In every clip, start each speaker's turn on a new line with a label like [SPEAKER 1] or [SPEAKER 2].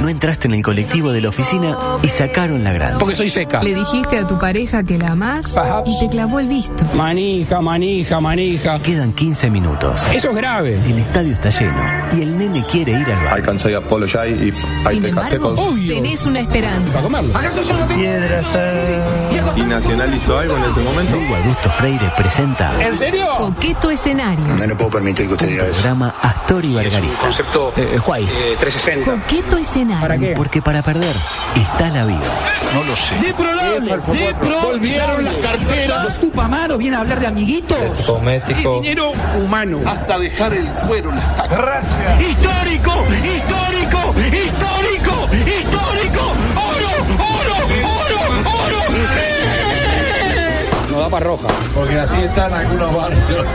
[SPEAKER 1] No entraste en el colectivo de la oficina y sacaron la grande.
[SPEAKER 2] Porque soy seca.
[SPEAKER 3] Le dijiste a tu pareja que la amás
[SPEAKER 2] Perhaps.
[SPEAKER 3] y te clavó el visto.
[SPEAKER 2] Manija, manija, manija.
[SPEAKER 1] Quedan 15 minutos.
[SPEAKER 2] Eso es grave.
[SPEAKER 1] El estadio está lleno y el nene quiere ir al
[SPEAKER 4] I
[SPEAKER 1] bar.
[SPEAKER 4] can say apologize if I
[SPEAKER 3] Sin
[SPEAKER 4] take a
[SPEAKER 3] embargo, oh,
[SPEAKER 4] tackle.
[SPEAKER 2] Obvio.
[SPEAKER 3] tenés una esperanza.
[SPEAKER 2] Para comerlo.
[SPEAKER 4] ¿Y nacionalizó algo en ese momento?
[SPEAKER 1] Hugo Augusto Freire presenta
[SPEAKER 2] ¿En serio?
[SPEAKER 3] Coqueto escenario.
[SPEAKER 5] No le puedo permitir que usted diga eso.
[SPEAKER 1] programa Astor y Bargarista.
[SPEAKER 6] concepto
[SPEAKER 2] Eh, eh, Juay.
[SPEAKER 6] eh, 360.
[SPEAKER 3] Coqueto
[SPEAKER 2] ¿Para
[SPEAKER 3] escenario.
[SPEAKER 2] qué?
[SPEAKER 1] Porque para perder está la vida.
[SPEAKER 2] Volvieron las carteras.
[SPEAKER 7] Tupamaro viene a hablar de amiguitos.
[SPEAKER 2] de dinero humano.
[SPEAKER 8] hasta dejar el cuero en las tacas.
[SPEAKER 5] ¡Histórico! ¡Histórico! ¡Histórico! ¡Histórico! ¡Oro! ¡Oro! ¡Oro! ¡Oro!
[SPEAKER 2] Nos da para roja.
[SPEAKER 8] Porque así están algunos barrios.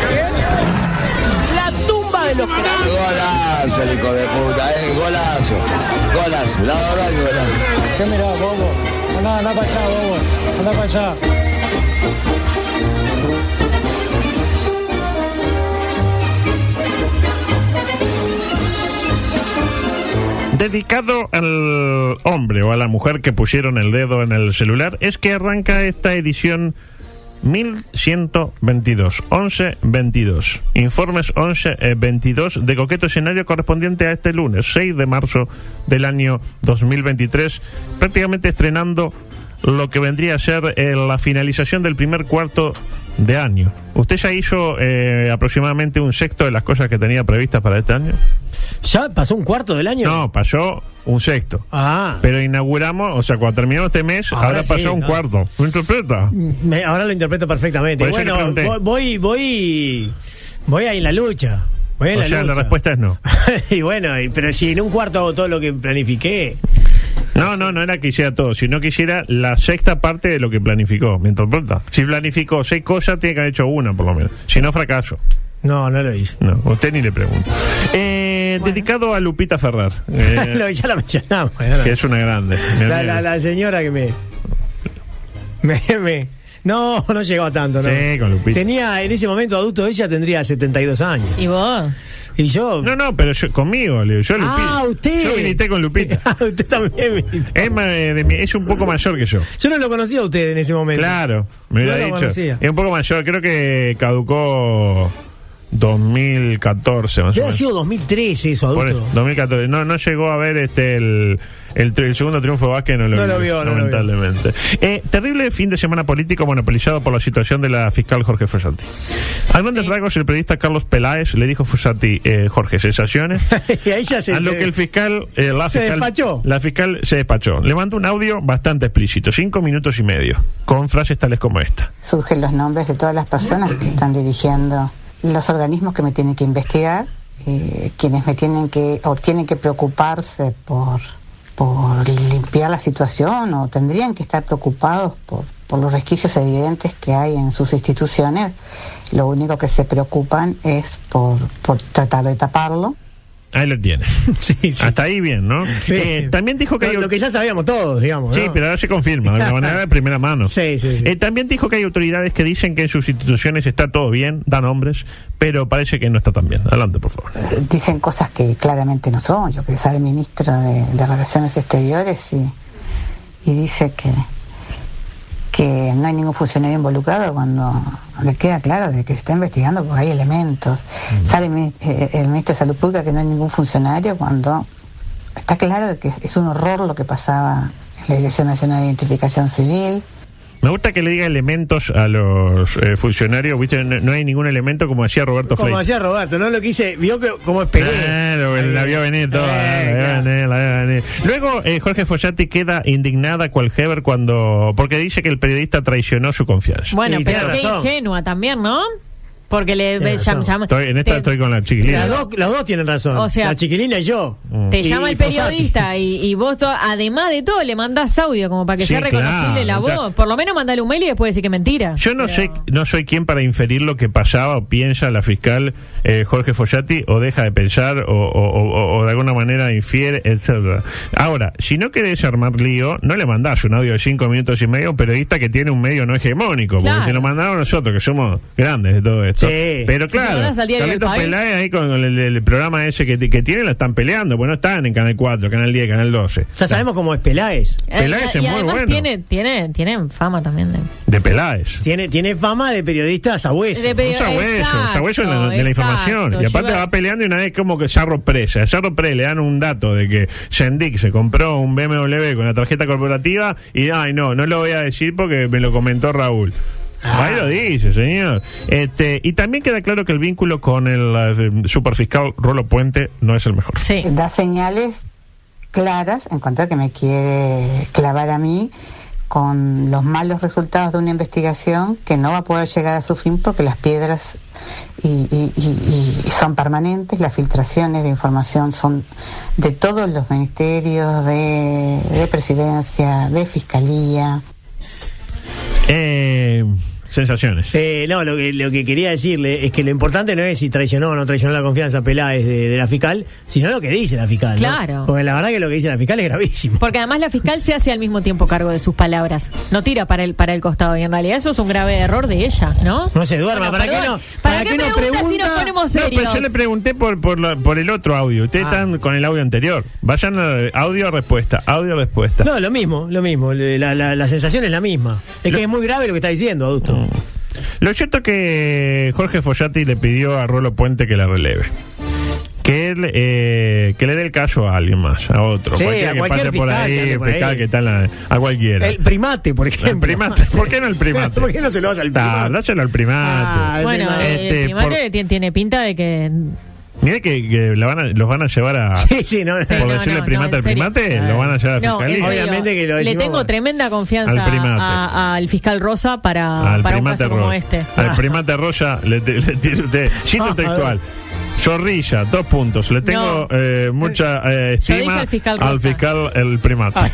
[SPEAKER 7] La tumba de los cráneos.
[SPEAKER 5] ¡Golazo, hijo de puta! ¡Eh, golazo! ¡Golazo! ¡La verdad que golazo!
[SPEAKER 9] ¿Qué mirá, bobo? Andá, andá para allá, bobo. Andá para allá.
[SPEAKER 10] Dedicado al hombre o a la mujer que pusieron el dedo en el celular, es que arranca esta edición 1122. 1122. Informes 1122 de coqueto escenario correspondiente a este lunes, 6 de marzo del año 2023, prácticamente estrenando lo que vendría a ser eh, la finalización del primer cuarto de año. ¿Usted ya hizo eh, aproximadamente un sexto de las cosas que tenía previstas para este año?
[SPEAKER 9] ¿Ya pasó un cuarto del año?
[SPEAKER 10] No, pasó un sexto.
[SPEAKER 9] Ah.
[SPEAKER 10] Pero inauguramos, o sea, cuando terminamos este mes,
[SPEAKER 9] Ahora
[SPEAKER 10] ahora,
[SPEAKER 9] sí,
[SPEAKER 10] pasó un
[SPEAKER 9] ¿no?
[SPEAKER 10] cuarto. ¿Me interpreta?
[SPEAKER 9] Me- ahora lo interpreto perfectamente.
[SPEAKER 10] Por eso le
[SPEAKER 9] bueno,
[SPEAKER 10] pregunté.
[SPEAKER 9] vo- voy, voy, voy ahí en la lucha. Voy en
[SPEAKER 10] O
[SPEAKER 9] la
[SPEAKER 10] sea, la
[SPEAKER 9] lucha.
[SPEAKER 10] respuesta es no.
[SPEAKER 9] y bueno, y- pero si en un cuarto hago todo lo que planifiqué.
[SPEAKER 10] No, no, no era que hiciera todo, sino que hiciera la sexta parte de lo que planificó. ¿Me interpreta? Si planificó seis cosas, tiene que haber hecho una, por lo menos. Si no, fracaso.
[SPEAKER 9] No, no lo hice.
[SPEAKER 10] No, usted ni le pregunta. Eh, Dedicado a Lupita Ferrer, eh,
[SPEAKER 9] Lo- ya la mencionamos. ya la-
[SPEAKER 10] que es una grande. mi
[SPEAKER 9] la,
[SPEAKER 10] amiga.
[SPEAKER 9] la- la señora que me, me, me- No, no llegó a tanto, ¿no?
[SPEAKER 10] Sí, con Lupita.
[SPEAKER 9] Tenía, en ese momento adulto, ella tendría 72 años.
[SPEAKER 11] ¿Y vos?
[SPEAKER 9] Y yo...
[SPEAKER 10] No, no, pero yo, conmigo, le digo, yo Lupita.
[SPEAKER 9] ah, usted.
[SPEAKER 10] Yo milité con Lupita.
[SPEAKER 9] Ah, usted también militó.
[SPEAKER 10] Es, ma- eh, de mi- es un poco mayor que yo.
[SPEAKER 9] Yo no lo conocía a usted en ese momento.
[SPEAKER 10] Claro, me hubiera
[SPEAKER 9] No lo
[SPEAKER 10] dicho.
[SPEAKER 9] conocía.
[SPEAKER 10] Es un poco mayor, creo que caducó 2014 más o
[SPEAKER 9] Debe haber
[SPEAKER 10] menos.
[SPEAKER 9] sido 2013 eso,
[SPEAKER 10] Por
[SPEAKER 9] adulto.
[SPEAKER 10] eso, 2014. No, no llegó a ver este el, el tri- el segundo triunfo de Vázquez, no lo,
[SPEAKER 9] No lo vio, no lo vio.
[SPEAKER 10] lamentablemente. Eh, terrible fin de semana político monopolizado por la situación de la fiscal Jorge Fossati. A grandes rasgos, el periodista Carlos Peláez le dijo a Fossati, eh, Jorge, sensaciones.
[SPEAKER 9] y ahí ya se...
[SPEAKER 10] a lo
[SPEAKER 9] se-
[SPEAKER 10] que el fiscal, eh, la
[SPEAKER 9] se
[SPEAKER 10] fiscal-
[SPEAKER 9] despachó.
[SPEAKER 10] La fiscal se despachó. Le mandó un audio bastante explícito, cinco minutos y medio, con frases tales como esta.
[SPEAKER 12] surgen los nombres de todas las personas que están dirigiendo los organismos que me tienen que investigar, eh, quienes me tienen que o tienen que preocuparse por, por limpiar la situación o tendrían que estar preocupados por, por los resquicios evidentes que hay en sus instituciones. Lo único que se preocupan es por, por tratar de taparlo.
[SPEAKER 10] Ahí lo tiene.
[SPEAKER 9] sí, sí.
[SPEAKER 10] Hasta ahí bien, ¿no? Eh, también dijo que
[SPEAKER 9] lo,
[SPEAKER 10] hay...
[SPEAKER 9] lo que ya sabíamos todos, digamos.
[SPEAKER 10] Sí,
[SPEAKER 9] ¿no?
[SPEAKER 10] pero ahora se confirma, de alguna manera de primera mano.
[SPEAKER 9] Sí, sí, sí.
[SPEAKER 10] Eh, también dijo que hay autoridades que dicen que en sus instituciones está todo bien, dan nombres, pero parece que no está tan bien. Adelante, por favor.
[SPEAKER 12] Eh, dicen cosas que claramente no son. Yo que sale ministro de, de Relaciones Exteriores y, y dice que, que no hay ningún funcionario involucrado cuando le queda claro de que se está investigando porque hay elementos. Sale mi- eh, el ministro de Salud Pública que no hay ningún funcionario cuando está claro de que es un horror lo que pasaba en la Dirección Nacional de Identificación Civil.
[SPEAKER 10] Me gusta que le diga elementos a los eh, funcionarios, ¿viste? No, no hay ningún elemento como decía Roberto
[SPEAKER 9] Como
[SPEAKER 10] Freire.
[SPEAKER 9] hacía Roberto, ¿no? Lo que hice, vio que, como esperé.
[SPEAKER 10] Claro,
[SPEAKER 9] Ahí.
[SPEAKER 10] la vio venir todo,
[SPEAKER 9] Eh,
[SPEAKER 10] la vio
[SPEAKER 9] claro.
[SPEAKER 10] venir, la vio venir. Luego eh, Jorge Follati queda indignada cual Heber cuando porque dice que el periodista traicionó su confianza.
[SPEAKER 11] Bueno,
[SPEAKER 9] Y
[SPEAKER 11] pero
[SPEAKER 9] tiene
[SPEAKER 11] qué
[SPEAKER 9] razón.
[SPEAKER 11] ingenua también, ¿no?
[SPEAKER 6] Porque le
[SPEAKER 9] Tiene
[SPEAKER 6] ve- llam-
[SPEAKER 9] razón.
[SPEAKER 6] llama-
[SPEAKER 10] Estoy- en esta
[SPEAKER 6] te-
[SPEAKER 10] estoy con la chiquilina.
[SPEAKER 9] Las dos, las dos tienen razón.
[SPEAKER 6] O sea,
[SPEAKER 9] la chiquilina y yo.
[SPEAKER 6] Te
[SPEAKER 9] Y
[SPEAKER 6] llama el
[SPEAKER 9] Fossati.
[SPEAKER 6] periodista y, y vos, to- además de todo, le mandás audio como para que
[SPEAKER 10] Sí,
[SPEAKER 6] sea reconocible
[SPEAKER 10] claro,
[SPEAKER 6] la
[SPEAKER 10] ya.
[SPEAKER 6] voz. Por lo menos mandale un mail y después decir que mentira.
[SPEAKER 10] Yo no sé, no soy quien para inferir lo que pasaba o piensa la fiscal eh, Jorge Follati o deja de pensar o, o- o- o de alguna manera infiere, etcétera. Ahora, si no querés armar lío, no le mandás un audio de cinco minutos y medio a un periodista que tiene un medio no hegemónico,
[SPEAKER 6] Claro.
[SPEAKER 10] porque si lo mandamos nosotros, que somos grandes de todo esto.
[SPEAKER 9] Sí.
[SPEAKER 10] Pero
[SPEAKER 6] Si lo
[SPEAKER 10] claro,
[SPEAKER 6] mandás al diario El
[SPEAKER 10] Carlitos
[SPEAKER 6] País.
[SPEAKER 10] Peláez ahí con el, el- el programa ese que, que tienen la están peleando, bueno, están en Canal 4, Canal 10, Canal 12.
[SPEAKER 9] Ya sabemos cómo es Peláez.
[SPEAKER 6] Eh,
[SPEAKER 10] Peláez
[SPEAKER 6] y
[SPEAKER 10] es muy
[SPEAKER 6] además
[SPEAKER 10] bueno.
[SPEAKER 6] tiene, tiene, tiene fama también. De,
[SPEAKER 10] De Peláez.
[SPEAKER 9] Tiene, tiene fama de periodista sabueso.
[SPEAKER 6] De pe-
[SPEAKER 10] Un sabueso,
[SPEAKER 6] Exacto,
[SPEAKER 10] un sabueso de la, de la información.
[SPEAKER 6] exacto,
[SPEAKER 10] Y aparte
[SPEAKER 6] lleva-
[SPEAKER 10] va peleando y una vez como que Sarro presa. A Sarro Press le dan un dato de que Sendik se compró un BMW con la tarjeta corporativa y, ay, no, no lo voy a decir porque me lo comentó Raúl.
[SPEAKER 6] Ah.
[SPEAKER 10] Ahí lo dice, señor. Este, y también queda claro que el vínculo con el eh, superfiscal Rolo Puente no es el mejor.
[SPEAKER 6] Sí.
[SPEAKER 12] da señales claras en cuanto a que me quiere clavar a mí con los malos resultados de una investigación que no va a poder llegar a su fin porque las piedras y, y- y- y son permanentes, las filtraciones de información son de todos los ministerios, de, de presidencia, de fiscalía.
[SPEAKER 10] Eh, sensaciones.
[SPEAKER 9] Eh, no, lo que, lo que quería decirle es que lo importante no es si traicionó o no traicionó la confianza Peláez de, de la fiscal, sino lo que dice la fiscal. ¿no?
[SPEAKER 6] Claro.
[SPEAKER 9] Porque la verdad que lo que dice la fiscal es gravísimo.
[SPEAKER 6] Porque además la fiscal se hace al mismo tiempo cargo de sus palabras. No tira para el, para el costado. Y en realidad eso es un grave error de ella, ¿no?
[SPEAKER 9] No se duerma, ¿para qué no?
[SPEAKER 6] ¿Para,
[SPEAKER 9] ¿Para
[SPEAKER 6] qué,
[SPEAKER 9] qué no
[SPEAKER 6] pregunta si nos
[SPEAKER 9] pregunta?
[SPEAKER 6] ponemos
[SPEAKER 10] No,
[SPEAKER 6] serios?
[SPEAKER 10] pero yo le pregunté por, por, la- por el otro audio. Ustedes
[SPEAKER 9] Ah.
[SPEAKER 10] están con el audio anterior. Vayan a audio respuesta, audio respuesta.
[SPEAKER 9] No, lo mismo, lo mismo. Le- La, la- la sensación es la misma. Es
[SPEAKER 10] Lo-
[SPEAKER 9] que es muy grave lo que está diciendo, adusto.
[SPEAKER 10] Lo cierto es que Jorge Follati le pidió a Rolo Puente que la releve. Que él, eh, que le dé el caso a alguien más, a otro.
[SPEAKER 9] Sí,
[SPEAKER 10] Cualquiera
[SPEAKER 9] a
[SPEAKER 10] que
[SPEAKER 9] cualquier
[SPEAKER 10] pase por
[SPEAKER 9] fiscal que
[SPEAKER 10] ahí,
[SPEAKER 9] ande por
[SPEAKER 10] fiscal
[SPEAKER 9] ahí.
[SPEAKER 10] que está en la- a cualquiera.
[SPEAKER 9] El primate, por ejemplo.
[SPEAKER 10] El primate. ¿Por qué no el primate?
[SPEAKER 9] ¿Por qué no se lo das al
[SPEAKER 10] Tá,
[SPEAKER 9] primate?
[SPEAKER 10] dáselo al primate.
[SPEAKER 9] Ah, el
[SPEAKER 6] bueno,
[SPEAKER 9] primate.
[SPEAKER 10] eh, Este,
[SPEAKER 6] el primate
[SPEAKER 10] por-
[SPEAKER 6] tiene, tiene pinta de que...
[SPEAKER 10] Mire que, que la van a- los van a llevar a.
[SPEAKER 9] Sí, sí, no,
[SPEAKER 6] Sí,
[SPEAKER 10] por
[SPEAKER 6] no,
[SPEAKER 10] decirle
[SPEAKER 6] no,
[SPEAKER 10] primate
[SPEAKER 6] no, en
[SPEAKER 10] al
[SPEAKER 6] serio.
[SPEAKER 10] primate,
[SPEAKER 9] Ah.
[SPEAKER 10] lo van a llevar a
[SPEAKER 6] No, en
[SPEAKER 10] fiscalía.
[SPEAKER 6] serio,
[SPEAKER 9] Obviamente que lo
[SPEAKER 6] le
[SPEAKER 9] decimos
[SPEAKER 6] tengo
[SPEAKER 9] por-
[SPEAKER 6] tremenda confianza
[SPEAKER 10] Al primate.
[SPEAKER 6] a- al fiscal Rosa para,
[SPEAKER 10] Al
[SPEAKER 6] Ah, para un
[SPEAKER 10] primate
[SPEAKER 6] caso como
[SPEAKER 10] Roya.
[SPEAKER 6] este.
[SPEAKER 10] Al primate Roya le, te- le tiene usted. Cito
[SPEAKER 9] Ah, a
[SPEAKER 10] textual.
[SPEAKER 9] ver.
[SPEAKER 10] Zorrilla, dos puntos. Le
[SPEAKER 6] No.
[SPEAKER 10] tengo eh, mucha eh,
[SPEAKER 6] Yo dije
[SPEAKER 10] estima
[SPEAKER 6] al fiscal Rosa.
[SPEAKER 10] fiscal el primate.
[SPEAKER 9] ya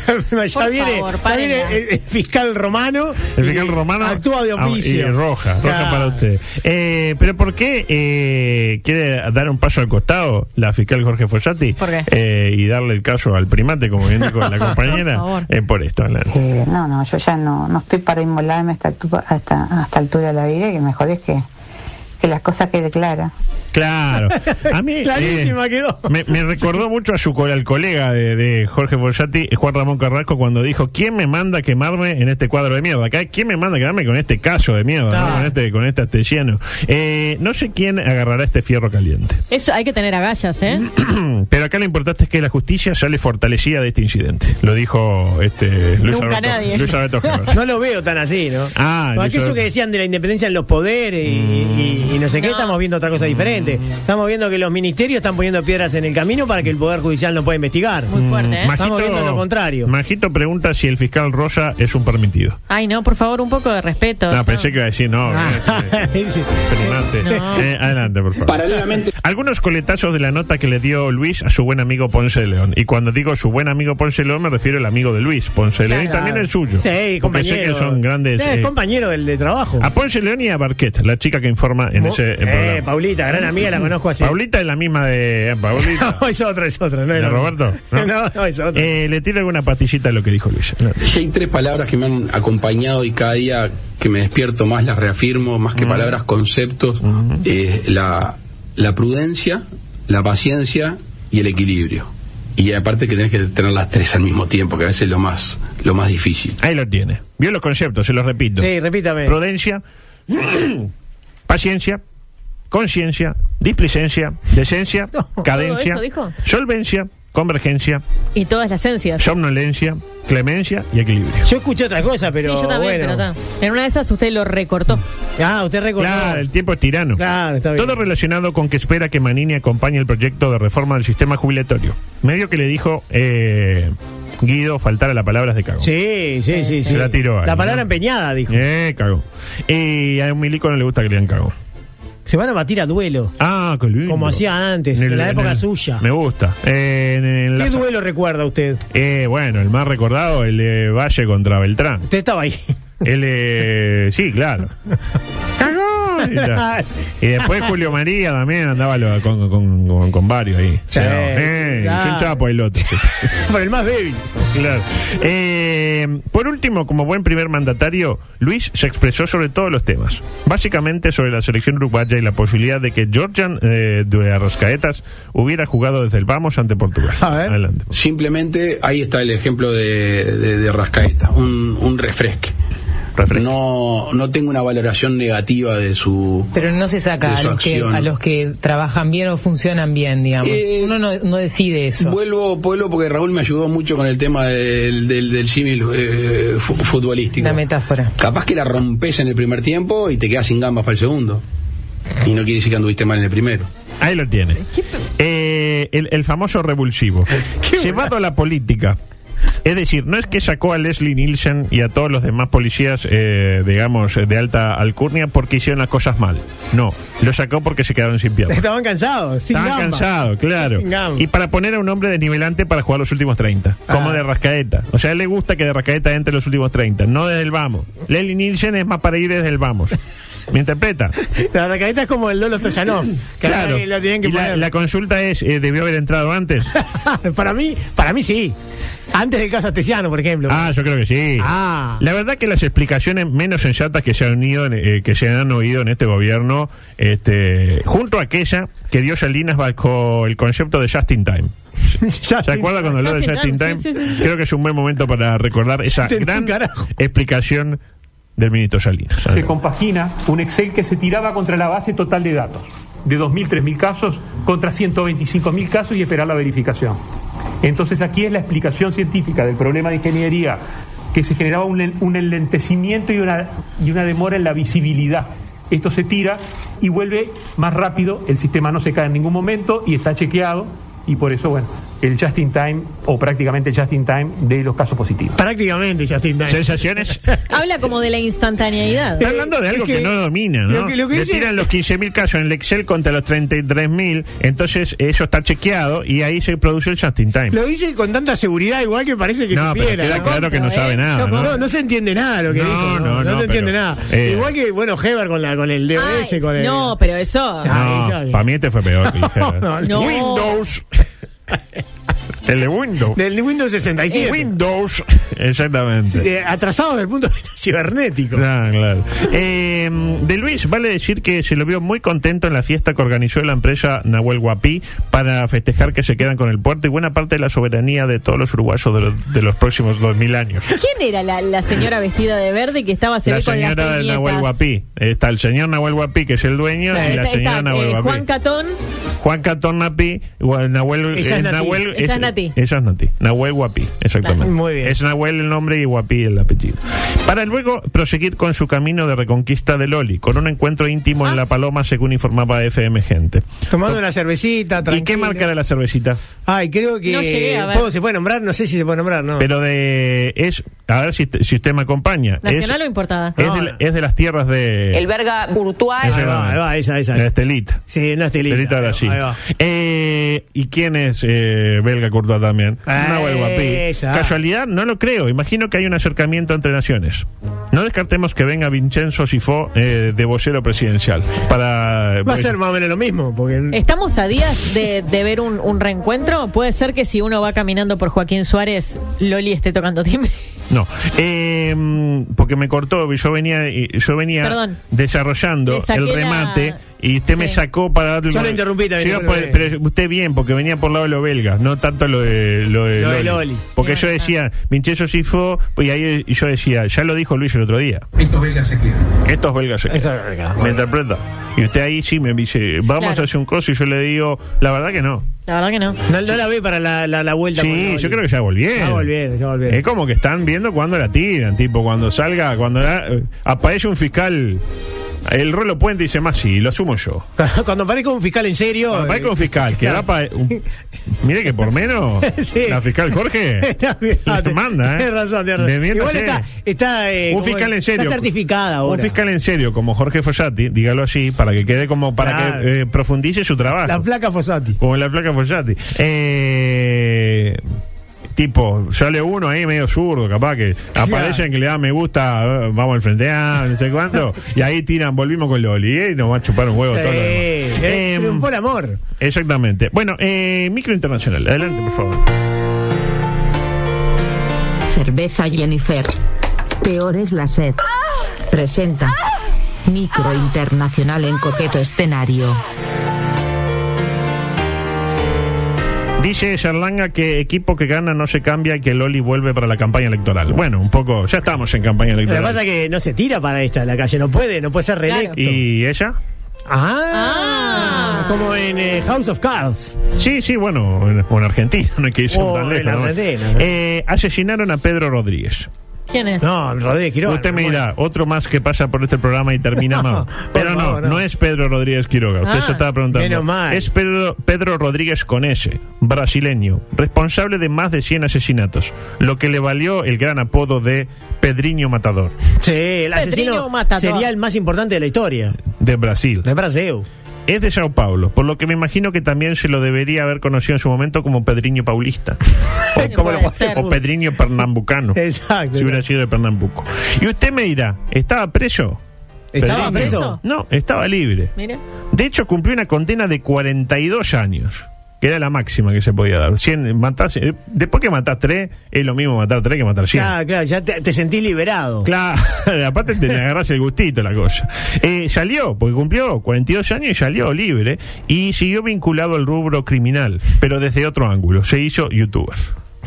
[SPEAKER 6] Por
[SPEAKER 9] viene,
[SPEAKER 6] favor,
[SPEAKER 9] ya
[SPEAKER 6] paren
[SPEAKER 9] viene
[SPEAKER 6] ya.
[SPEAKER 9] el, el fiscal romano.
[SPEAKER 10] El
[SPEAKER 9] y
[SPEAKER 10] fiscal romano
[SPEAKER 9] Actúa de
[SPEAKER 10] ah,
[SPEAKER 9] oficio.
[SPEAKER 10] Y roja, roja
[SPEAKER 9] Claro.
[SPEAKER 10] para usted. Eh, Pero ¿por qué eh, quiere dar un paso al costado la fiscal Jorge Fossati?
[SPEAKER 6] ¿Por qué?
[SPEAKER 10] Eh, y darle el caso al primate, como bien dijo la compañera.
[SPEAKER 6] Por favor.
[SPEAKER 10] Eh, por esto, Alan.
[SPEAKER 12] Eh, no, no, yo ya no, no estoy para inmolarme a esta, altu- a esta- a esta altura de la vida y que mejor es que, que las cosas queden claras.
[SPEAKER 10] Claro. A mí,
[SPEAKER 9] Clarísima quedó.
[SPEAKER 10] eh, Me, me recordó mucho a su co- al colega de, de Jorge Follati, Juan Ramón Carrasco, cuando dijo, ¿quién me manda a quemarme en este cuadro de mierda? Acá, ¿Quién me manda a quedarme con este callo de mierda?
[SPEAKER 9] Claro.
[SPEAKER 10] ¿no? Con este con este astesiano. Eh, no sé quién agarrará este fierro caliente.
[SPEAKER 6] Eso hay que tener agallas, ¿eh?
[SPEAKER 10] Pero acá lo importante es que la justicia sale fortalecida de este incidente. Lo dijo este, Luis
[SPEAKER 6] Nunca
[SPEAKER 10] Alberto-
[SPEAKER 6] nadie.
[SPEAKER 10] Luis Alberto Gerber.
[SPEAKER 9] No lo veo tan así, ¿no?
[SPEAKER 10] Ah, Mm.
[SPEAKER 9] Porque
[SPEAKER 10] en eso-
[SPEAKER 9] eso que decían de la independencia en los poderes y, y- y no sé qué,
[SPEAKER 6] No.
[SPEAKER 9] estamos viendo otra cosa
[SPEAKER 10] Mm.
[SPEAKER 9] diferente. Estamos viendo que los ministerios están poniendo piedras en el camino para que el Poder Judicial no pueda investigar.
[SPEAKER 6] Muy fuerte, ¿eh?
[SPEAKER 10] Majito-
[SPEAKER 9] Estamos viendo lo contrario.
[SPEAKER 10] Majito pregunta si el fiscal Rosa es un permitido.
[SPEAKER 6] Ay, no, por favor, un poco de respeto.
[SPEAKER 10] No, pensé que iba a decir no. eh,
[SPEAKER 9] Sí.
[SPEAKER 10] Primate.
[SPEAKER 6] No.
[SPEAKER 10] Eh, adelante, por favor.
[SPEAKER 2] Paralelamente.
[SPEAKER 10] Algunos coletazos de la nota que le dio Luis a su buen amigo Ponce de León. Y cuando digo su buen amigo Ponce de León, me refiero al amigo de Luis Ponce de León y
[SPEAKER 6] Claro.
[SPEAKER 10] también el suyo.
[SPEAKER 9] Sí,
[SPEAKER 10] Porque sé que
[SPEAKER 9] compañero.
[SPEAKER 10] son grandes.
[SPEAKER 9] Eh,
[SPEAKER 10] eh, Ah,
[SPEAKER 9] compañero del de trabajo.
[SPEAKER 10] a Ponce de León y a Barquet, la chica que informa en ese eh,
[SPEAKER 9] eh,
[SPEAKER 10] programa.
[SPEAKER 9] Paulita, gran amiga, la conozco así.
[SPEAKER 10] Paulita es la misma de. eh, Paulita.
[SPEAKER 9] No, es otra, es otra. No es
[SPEAKER 10] ¿De
[SPEAKER 9] la-
[SPEAKER 10] Roberto?
[SPEAKER 9] No, no, es otra.
[SPEAKER 10] Eh, le tiro alguna pastillita a lo que dijo Luis. Adelante.
[SPEAKER 7] Ya hay tres palabras que me han acompañado y cada día que me despierto más las reafirmo, más
[SPEAKER 6] Mm.
[SPEAKER 7] que palabras, conceptos, eh, la, la prudencia, la paciencia y el equilibrio. Y aparte que tenés que tener las tres al mismo tiempo, que a veces es lo más, lo más difícil.
[SPEAKER 10] Ahí lo tiene. Vio los conceptos, se los repito.
[SPEAKER 9] Sí, repítame.
[SPEAKER 10] Prudencia, paciencia, conciencia, displicencia, decencia,
[SPEAKER 9] No.
[SPEAKER 10] cadencia,
[SPEAKER 6] ¿Todo eso dijo?
[SPEAKER 10] solvencia, convergencia,
[SPEAKER 6] Y todas las esencias.
[SPEAKER 10] somnolencia, clemencia y equilibrio.
[SPEAKER 9] Yo escuché otra cosa, pero
[SPEAKER 6] sí, yo también,
[SPEAKER 9] bueno.
[SPEAKER 6] pero está. En una de esas usted lo recortó.
[SPEAKER 9] Ah, usted recordó.
[SPEAKER 10] Claro, el tiempo es tirano.
[SPEAKER 9] Claro, está bien.
[SPEAKER 10] Todo relacionado con que espera que Manini acompañe el proyecto de reforma del sistema jubilatorio. Medio que le dijo eh, Guido faltar a las palabras de Cago.
[SPEAKER 9] Sí, sí, sí.
[SPEAKER 10] Se
[SPEAKER 9] sí.
[SPEAKER 10] la tiró ahí,
[SPEAKER 9] palabra
[SPEAKER 10] ¿no?
[SPEAKER 9] empeñada, dijo.
[SPEAKER 10] Eh, Cago. Y a un milico no le gusta que le digan Cago.
[SPEAKER 9] Se van a batir a duelo.
[SPEAKER 10] Ah, qué lindo.
[SPEAKER 9] Como hacía antes, en la época suya.
[SPEAKER 10] Me gusta. Eh, en- en la-
[SPEAKER 9] ¿Qué duelo recuerda usted?
[SPEAKER 10] Eh, bueno, el más recordado, el de Valle contra Beltrán.
[SPEAKER 9] Usted estaba ahí.
[SPEAKER 10] El de- Sí, claro. Y la- Y después Julio María también andaba lo- con, con- con- con varios ahí.
[SPEAKER 9] Sí,
[SPEAKER 10] O sea, eh,
[SPEAKER 9] claro.
[SPEAKER 10] es un chapo el otro.
[SPEAKER 9] Por el más débil.
[SPEAKER 10] Claro. Eh, por último, como buen primer mandatario, Luis se expresó sobre todos los temas. Básicamente sobre la selección uruguaya y la posibilidad de que Georgian eh, de Arrascaetas hubiera jugado desde el Vamos ante Portugal.
[SPEAKER 9] A ver.
[SPEAKER 10] Adelante.
[SPEAKER 7] Simplemente ahí está el ejemplo de, de, de Rascaeta, un, un refresque.
[SPEAKER 10] Refresque.
[SPEAKER 7] No, no tengo una valoración negativa de su.
[SPEAKER 11] Pero no se saca
[SPEAKER 7] De
[SPEAKER 11] a
[SPEAKER 7] su
[SPEAKER 11] los, que,
[SPEAKER 7] acción.
[SPEAKER 11] a los que trabajan bien o funcionan bien, digamos.
[SPEAKER 7] Eh,
[SPEAKER 11] Uno no, no decide eso.
[SPEAKER 7] Vuelvo, vuelvo porque Raúl me ayudó mucho con el tema del, del, del símil eh, fu- futbolístico.
[SPEAKER 11] La metáfora.
[SPEAKER 7] Capaz que la rompes en el primer tiempo y te quedas sin gambas para el segundo. Y no quiere decir que anduviste mal en el primero.
[SPEAKER 10] Ahí lo tiene. Eh, el, el famoso revulsivo. Llevado a la política. Es decir, no es que sacó a Leslie Nielsen y a todos los demás policías, eh, digamos, de alta alcurnia porque hicieron las cosas mal. No, lo sacó porque se quedaron sin piernas.
[SPEAKER 9] Estaban cansados. Sin
[SPEAKER 10] Estaba
[SPEAKER 9] gamba.
[SPEAKER 10] cansado, claro.
[SPEAKER 9] Sin gamba.
[SPEAKER 10] Y para poner a un hombre desnivelante para jugar los últimos 30, como
[SPEAKER 9] Ah.
[SPEAKER 10] de Rascaeta. O sea, a él le gusta que de Rascaeta entre los últimos 30, no desde el vamos. Leslie Nielsen es más para ir desde el vamos. ¿Me interpreta?
[SPEAKER 9] La racaeta es como el Lolo Stoyanov. que ahora
[SPEAKER 10] Claro.
[SPEAKER 9] que la tienen que
[SPEAKER 10] Y la,
[SPEAKER 9] poner.
[SPEAKER 10] la consulta es, eh, ¿debió haber entrado antes?
[SPEAKER 9] para mí, para mí sí. Antes del caso Astesiano, por ejemplo.
[SPEAKER 10] ah, yo creo que sí.
[SPEAKER 9] Ah.
[SPEAKER 10] La verdad que las explicaciones menos sensatas que se han, unido en- eh, que se han oído en este gobierno, este, junto a aquella que dio Salinas bajo el concepto de just in time. ¿Se
[SPEAKER 9] Ya sin-
[SPEAKER 10] acuerda cuando habló de
[SPEAKER 6] Just
[SPEAKER 10] Just
[SPEAKER 6] in
[SPEAKER 10] in
[SPEAKER 6] Time,
[SPEAKER 10] Time?
[SPEAKER 6] sí, sí, sí.
[SPEAKER 10] Creo que es un buen momento para recordar esa
[SPEAKER 9] Te entiendo,
[SPEAKER 10] gran
[SPEAKER 9] carajo.
[SPEAKER 10] explicación del ministro Salinas.
[SPEAKER 13] se compagina un Excel que se tiraba contra la base total de datos, de 2.000, 3.000 casos contra 125.000 casos y esperar la verificación. Entonces aquí es la explicación científica del problema de ingeniería, que se generaba un, len- un enlentecimiento y una, y una demora en la visibilidad. Esto se tira y vuelve más rápido, el sistema no se cae en ningún momento y está chequeado y por eso, bueno, el just in time o prácticamente el just in time de los casos positivos.
[SPEAKER 9] Prácticamente Justin Time.
[SPEAKER 10] ¿Sensaciones?
[SPEAKER 6] Habla como de la instantaneidad.
[SPEAKER 10] Está hablando de
[SPEAKER 9] Eh, es
[SPEAKER 10] algo que,
[SPEAKER 9] que
[SPEAKER 10] no domina, ¿no?
[SPEAKER 9] lo que- lo que
[SPEAKER 10] Le
[SPEAKER 9] dice-
[SPEAKER 10] tiran los 15.000 casos en el Excel contra los 33.000, entonces eso está chequeado y ahí se produce el just in time.
[SPEAKER 9] Lo dice con tanta seguridad, igual que parece que
[SPEAKER 10] no,
[SPEAKER 9] supiera.
[SPEAKER 10] pero queda
[SPEAKER 9] ¿no?
[SPEAKER 10] claro que no
[SPEAKER 6] Yo
[SPEAKER 10] sabe
[SPEAKER 6] compro,
[SPEAKER 10] nada,
[SPEAKER 6] ¿eh? Yo
[SPEAKER 10] ¿no?
[SPEAKER 9] No, no se entiende nada lo que
[SPEAKER 10] No,
[SPEAKER 9] dijo. No,
[SPEAKER 10] no,
[SPEAKER 9] no,
[SPEAKER 10] no,
[SPEAKER 9] se entiende
[SPEAKER 10] pero-
[SPEAKER 9] nada.
[SPEAKER 10] eh.
[SPEAKER 9] Igual que, bueno, Heber con, la, con el DOS,
[SPEAKER 6] Ay,
[SPEAKER 9] con el...
[SPEAKER 6] no, pero eso.
[SPEAKER 9] Ah, ahí sabe.
[SPEAKER 10] No, para mí este fue peor. que dijera.
[SPEAKER 9] No,
[SPEAKER 6] no.
[SPEAKER 10] Windows. el de Windows.
[SPEAKER 9] Del Windows 67.
[SPEAKER 10] Windows. Exactamente.
[SPEAKER 9] Eh, atrasado desde el punto de vista cibernético.
[SPEAKER 10] Claro, Ah, claro. Eh, de Luis, vale decir que se lo vio muy contento en la fiesta que organizó la empresa Nahuel Guapí para festejar que se quedan con el puerto y buena parte de la soberanía de todos los uruguayos de, los- de los próximos 2000 años.
[SPEAKER 6] ¿Quién era la, la señora vestida de verde que estaba se
[SPEAKER 10] La
[SPEAKER 6] ve con las
[SPEAKER 10] señora de
[SPEAKER 6] peinetas?
[SPEAKER 10] Nahuel Guapí. Está el señor Nahuel Guapí, que es el dueño,
[SPEAKER 6] Está-
[SPEAKER 10] y la
[SPEAKER 6] está,
[SPEAKER 10] señora Nahuel
[SPEAKER 6] eh,
[SPEAKER 10] Guapí.
[SPEAKER 6] Juan Catón,
[SPEAKER 10] Juan Catón Napi, Gua- Nahuel,
[SPEAKER 9] Ella es
[SPEAKER 10] eh,
[SPEAKER 9] Nati.
[SPEAKER 10] Nahuel
[SPEAKER 6] Ella es Nati.
[SPEAKER 10] ella es Nati. Nahuel Guapi, exactamente.
[SPEAKER 9] Claro. Muy bien.
[SPEAKER 10] Es Nahuel el nombre y Guapi el apellido. Para luego proseguir con su camino de reconquista de Loli, con un encuentro íntimo
[SPEAKER 9] Ah.
[SPEAKER 10] en La Paloma, según informaba FM Gente.
[SPEAKER 9] Tomando una cervecita,
[SPEAKER 10] ¿Y qué
[SPEAKER 9] tranquilo.
[SPEAKER 10] marca era la cervecita?
[SPEAKER 9] Ay, creo que...
[SPEAKER 6] No llegué a ver.
[SPEAKER 9] ¿Puedo- ¿Se puede nombrar? No sé si se puede nombrar, ¿no?
[SPEAKER 10] Pero de. es A ver si, te- si usted me acompaña. Es,
[SPEAKER 6] nacional o importada.
[SPEAKER 10] es
[SPEAKER 9] No.
[SPEAKER 10] de, la- es de las tierras de.
[SPEAKER 14] El verga Courtois.
[SPEAKER 9] Ahí va, ahí va, esa, esa.
[SPEAKER 10] de Estelita.
[SPEAKER 9] Sí, una estelita.
[SPEAKER 10] Estelita ahora
[SPEAKER 9] Ahí
[SPEAKER 10] sí.
[SPEAKER 9] va.
[SPEAKER 10] Eh, ¿Y quién es eh, Belga Courtois también?
[SPEAKER 9] Ah,
[SPEAKER 10] Nahuel Guapí.
[SPEAKER 9] esa.
[SPEAKER 10] ¿Casualidad? No lo creo. Imagino que hay un acercamiento entre naciones. No descartemos que venga Vincenzo Sifó eh, de vocero presidencial. Para,
[SPEAKER 9] Va a ser más o menos lo mismo, porque...
[SPEAKER 6] ¿Estamos a días de, de ver un, un reencuentro? ¿Puede ser que si uno va caminando por Joaquín Suárez, Loli esté tocando timbre?
[SPEAKER 10] No, eh, mm, porque me cortó, yo venía, y- yo venía
[SPEAKER 6] Perdón.
[SPEAKER 10] desarrollando
[SPEAKER 6] Le saqué
[SPEAKER 10] el
[SPEAKER 6] la-
[SPEAKER 10] remate y usted me
[SPEAKER 6] Sí.
[SPEAKER 10] sacó para darle...
[SPEAKER 9] Yo lo interrumpí
[SPEAKER 10] Yo
[SPEAKER 9] también,
[SPEAKER 10] iba
[SPEAKER 9] no me
[SPEAKER 10] por-
[SPEAKER 9] lo
[SPEAKER 10] pero usted bien, porque venía por lado de lo belga, no tanto lo de, lo de,
[SPEAKER 9] Lo de
[SPEAKER 10] Loli.
[SPEAKER 9] Loli.
[SPEAKER 10] Porque
[SPEAKER 6] Claro,
[SPEAKER 10] yo decía, Vincenzo Sifo, y ahí yo decía, ya lo dijo Luis el otro día,
[SPEAKER 2] Estos belgas se quedan.
[SPEAKER 10] estos belgas se quedan.
[SPEAKER 9] Estos belgas,
[SPEAKER 10] Me interpreta. Y usted ahí sí me dice, vamos
[SPEAKER 6] claro.
[SPEAKER 10] a hacer un coso y yo le digo, la verdad que no.
[SPEAKER 6] La verdad que no.
[SPEAKER 9] No, no la ve para la, la, la vuelta. con
[SPEAKER 10] Sí,
[SPEAKER 9] Loli.
[SPEAKER 10] yo creo que ya volvieron.
[SPEAKER 9] Ya volvieron, ya volvieron.
[SPEAKER 10] Es como que están viendo cuando la tiran, tipo, cuando salga, cuando la- eh, aparece un fiscal El Rolo Puente dice más sí, lo asumo yo.
[SPEAKER 9] Cuando aparezca un fiscal en serio.
[SPEAKER 10] Cuando aparezca un fiscal que da pa- un- mire que por menos
[SPEAKER 9] Sí.
[SPEAKER 10] la fiscal Jorge le manda, ¿eh?
[SPEAKER 9] Tienes razón, tienes razón.
[SPEAKER 10] Le miento,
[SPEAKER 9] Igual
[SPEAKER 10] sí.
[SPEAKER 9] está, está, eh,
[SPEAKER 10] un
[SPEAKER 9] como-
[SPEAKER 10] fiscal en serio.
[SPEAKER 9] Está certificada ahora.
[SPEAKER 10] Un fiscal en serio como Jorge Fossati, dígalo así, para que quede como para
[SPEAKER 9] Claro.
[SPEAKER 10] que eh, profundice su trabajo.
[SPEAKER 9] La placa Fossati.
[SPEAKER 10] como la placa Fossati. Eh, tipo, sale uno ahí medio zurdo, capaz que aparecen que le dan me gusta, eh, vamos al frente, ah, no sé cuánto, y ahí tiran, volvimos con Loli, eh, y nos va a chupar un huevo
[SPEAKER 9] Sí,
[SPEAKER 10] todo lo demás.
[SPEAKER 9] eh,
[SPEAKER 10] Em,
[SPEAKER 9] triunfó el amor.
[SPEAKER 10] Exactamente. Bueno, eh, micro internacional, adelante, por favor.
[SPEAKER 14] Cerveza Jennifer. Peor es la sed. Presenta. Micro internacional en coqueto escenario.
[SPEAKER 10] Dice Charlanga que equipo que gana no se cambia y que Loli vuelve para la campaña electoral. Bueno, un poco, ya estamos en campaña
[SPEAKER 9] Lo que
[SPEAKER 10] electoral.
[SPEAKER 9] pasa es que no se tira para esta la calle, no puede, no puede ser reelecto.
[SPEAKER 10] ¿Y ella?
[SPEAKER 9] Ah, como en eh, House of Cards.
[SPEAKER 10] Sí, sí, bueno, en, o en Argentina, no hay que irse
[SPEAKER 9] O
[SPEAKER 10] tan
[SPEAKER 9] en
[SPEAKER 10] lejos. ¿no?
[SPEAKER 9] Argentina, ¿no?
[SPEAKER 10] Eh, asesinaron a Pedro Rodríguez.
[SPEAKER 6] ¿Quién es?
[SPEAKER 9] No, Rodríguez Quiroga.
[SPEAKER 10] Usted me dirá, otro más que pasa por este programa y termina
[SPEAKER 9] No,
[SPEAKER 10] mal. Pero
[SPEAKER 9] por
[SPEAKER 10] no,
[SPEAKER 9] favor,
[SPEAKER 10] no,
[SPEAKER 9] no.
[SPEAKER 10] es Pedro Rodríguez Quiroga. Usted
[SPEAKER 9] Ah,
[SPEAKER 10] se estaba preguntando.
[SPEAKER 9] menos mal.
[SPEAKER 10] Es Pedro, Pedro Rodríguez con S, brasileño, responsable de más de 100 asesinatos, lo que le valió el gran apodo de Pedriño Matador
[SPEAKER 9] Sí, el
[SPEAKER 6] Pedriño
[SPEAKER 9] asesino
[SPEAKER 6] Matador.
[SPEAKER 9] sería el más importante de la historia.
[SPEAKER 10] de Brasil.
[SPEAKER 9] De Brasil.
[SPEAKER 10] Es de Sao Paulo, por lo que me imagino que también se lo debería haber conocido en su momento como Pedriño Paulista.
[SPEAKER 6] Sí, puede ser.
[SPEAKER 10] o Pedriño Pernambucano.
[SPEAKER 9] Exacto.
[SPEAKER 10] si hubiera sido de Pernambuco. Y usted me dirá, ¿estaba preso?
[SPEAKER 9] ¿Estaba
[SPEAKER 10] Pedriño?
[SPEAKER 9] preso?
[SPEAKER 10] No, estaba libre.
[SPEAKER 6] Mira.
[SPEAKER 10] De hecho, cumplió una condena de 42 años, que era la máxima que se podía dar. 100, matás- eh, después que matás 3, es lo mismo matar 3 que matar 100.
[SPEAKER 9] Claro, claro, ya te, te sentís liberado.
[SPEAKER 10] Claro, aparte te le agarras el gustito a la cosa. Eh, salió, porque cumplió 42 años y salió libre y siguió vinculado al rubro criminal, pero desde otro ángulo. Se hizo youtuber.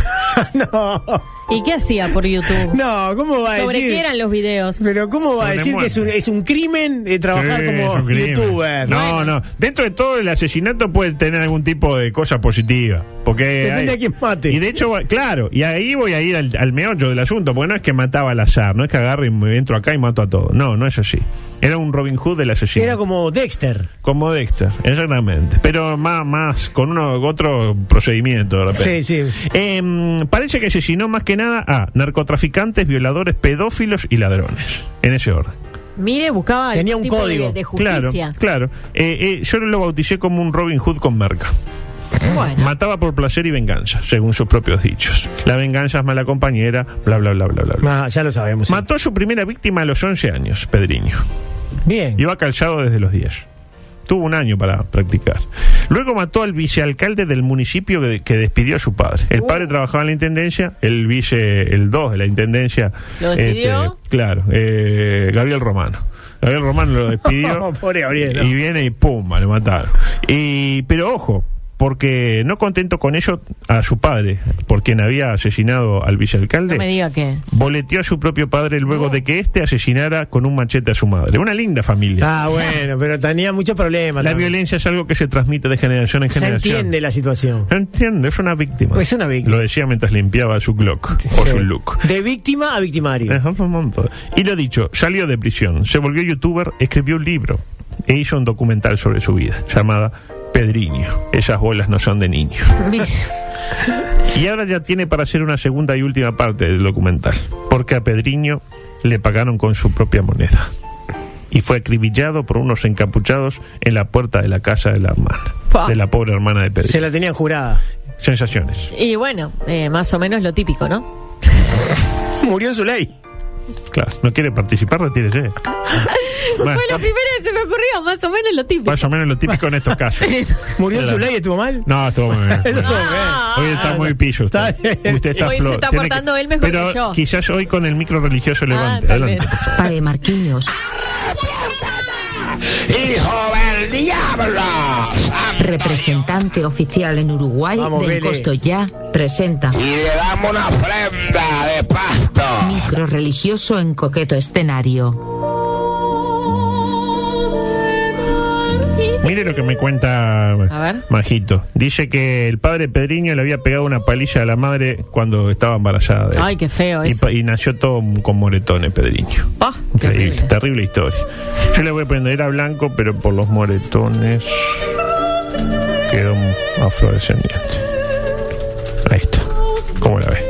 [SPEAKER 9] no,
[SPEAKER 6] ¿Y qué hacía por YouTube?
[SPEAKER 9] no, ¿cómo va a
[SPEAKER 6] ¿Sobre
[SPEAKER 9] decir?
[SPEAKER 6] qué eran los videos?
[SPEAKER 9] Pero ¿cómo va a
[SPEAKER 10] Sobre
[SPEAKER 9] decir que
[SPEAKER 10] muerte.
[SPEAKER 9] es un, es un crimen eh, trabajar
[SPEAKER 10] Sí, es un
[SPEAKER 9] como
[SPEAKER 10] crimen.
[SPEAKER 9] youtuber?
[SPEAKER 10] No, no. Dentro de todo el asesinato puede tener algún tipo de cosa positiva. Porque
[SPEAKER 9] Depende
[SPEAKER 10] hay-
[SPEAKER 9] a quién mate.
[SPEAKER 10] Y de hecho, va- claro, y ahí voy a ir al, al meollo del asunto, porque no es que mataba al azar, no es que agarre y me entro acá y mato a todos. No, no es así. Era un Robin Hood del asesino.
[SPEAKER 9] Era como Dexter.
[SPEAKER 10] Como Dexter, exactamente. Pero más, más con uno otro procedimiento de repente.
[SPEAKER 9] Sí, sí.
[SPEAKER 10] Em, parece que asesinó más que nada a narcotraficantes, violadores, pedófilos y ladrones. En ese orden.
[SPEAKER 6] Mire, buscaba algún
[SPEAKER 9] Tenía un
[SPEAKER 6] tipo de-
[SPEAKER 9] código.
[SPEAKER 6] de,
[SPEAKER 10] Claro,
[SPEAKER 6] justicia.
[SPEAKER 10] claro. Eh, eh, yo lo bauticé como un Robin Hood con merca.
[SPEAKER 6] Bueno,
[SPEAKER 10] Mataba por placer y venganza, según sus propios dichos. La venganza es mala compañera, bla, bla, bla, bla, bla. bla.
[SPEAKER 9] Ah, ya lo sabemos. sí.
[SPEAKER 10] Mató a su primera víctima a los 11 años, Pedriño.
[SPEAKER 9] Bien.
[SPEAKER 10] Iba calzado desde los 10. Tuvo un año para practicar. Luego mató al vicealcalde del municipio que, que despidió a su padre. El
[SPEAKER 6] Uh.
[SPEAKER 10] padre trabajaba en la intendencia, el vice, el 2 de la intendencia. este,
[SPEAKER 6] ¿Lo despidió?
[SPEAKER 10] claro, eh, Gabriel Romano. Gabriel Romano lo despidió.
[SPEAKER 9] Pobre Gabriel, ¿no?
[SPEAKER 10] Y viene y pumba, le mataron. Y, pero ojo, porque no contento con ello a su padre, por quien había asesinado al vicealcalde
[SPEAKER 6] no me diga que.
[SPEAKER 10] boleteó a su propio padre luego de que éste asesinara con un machete a su madre. Una linda familia.
[SPEAKER 9] Ah, bueno, pero tenía muchos problemas.
[SPEAKER 10] la
[SPEAKER 9] también.
[SPEAKER 10] violencia es algo que se transmite de generación en
[SPEAKER 9] Se
[SPEAKER 10] generación.
[SPEAKER 9] entiende la situación.
[SPEAKER 10] No entiende, es una víctima.
[SPEAKER 9] Es una víctima.
[SPEAKER 10] Lo decía mientras limpiaba su Glock o su look.
[SPEAKER 9] De víctima a victimario.
[SPEAKER 10] Ajá, fue un montón. Y lo dicho, salió de prisión, se volvió youtuber, escribió un libro e hizo un documental sobre su vida llamada Pedriño. Esas bolas no son de niño. Y ahora ya tiene para hacer una segunda y última parte del documental, porque a Pedriño le pagaron con su propia moneda. Y fue acribillado por unos encapuchados en la puerta de la casa de la hermana,
[SPEAKER 6] Pa.
[SPEAKER 10] de la pobre hermana de Pedriño.
[SPEAKER 9] Se la tenían jurada.
[SPEAKER 10] Sensaciones.
[SPEAKER 6] Y bueno, eh, más o menos lo típico, ¿no?
[SPEAKER 9] Murió en su ley.
[SPEAKER 10] Claro, no quiere participar, retírese. Bueno,
[SPEAKER 6] Fue lo primero que se me ocurrió, más o menos lo típico.
[SPEAKER 10] más o menos lo típico en estos casos.
[SPEAKER 9] Murió en
[SPEAKER 10] Era-
[SPEAKER 9] su ley, estuvo mal.
[SPEAKER 10] No, estuvo muy bien.
[SPEAKER 9] Estuvo bien.
[SPEAKER 10] Hoy está muy pillo. Usted,
[SPEAKER 9] Está bien.
[SPEAKER 10] Usted está
[SPEAKER 6] Hoy se
[SPEAKER 10] flor.
[SPEAKER 6] está
[SPEAKER 10] Tiene que-
[SPEAKER 6] portando él mejor
[SPEAKER 10] Pero
[SPEAKER 6] que yo. Ah,
[SPEAKER 10] quizás hoy con el micro religioso levante.
[SPEAKER 6] tal
[SPEAKER 10] Adelante.
[SPEAKER 6] vez.
[SPEAKER 10] por
[SPEAKER 5] Pues-
[SPEAKER 10] favor.
[SPEAKER 14] Pae Marquinhos.
[SPEAKER 5] ¡Hijo del diablo!
[SPEAKER 14] Representante oficial en Uruguay
[SPEAKER 9] Vamos,
[SPEAKER 14] del
[SPEAKER 9] Vélez.
[SPEAKER 14] Costo Ya. Presenta.
[SPEAKER 5] Y le damos una ofrenda de pasto.
[SPEAKER 14] Micro religioso en coqueto escenario.
[SPEAKER 10] Mire lo que me cuenta
[SPEAKER 6] ver.
[SPEAKER 10] Majito. Dice que el padre Pedriño le había pegado una paliza a la madre cuando estaba embarazada. de él.
[SPEAKER 6] Ay, qué feo
[SPEAKER 10] y,
[SPEAKER 6] eso.
[SPEAKER 5] pues,
[SPEAKER 10] pa- y nació todo con moretones, Pedriño.
[SPEAKER 6] Ah, qué
[SPEAKER 10] Increíble,
[SPEAKER 6] horrible.
[SPEAKER 10] terrible historia. Yo le voy a poner a blanco, pero por los moretones quedó afrodescendiente. Ahí está. ¿Cómo la ves?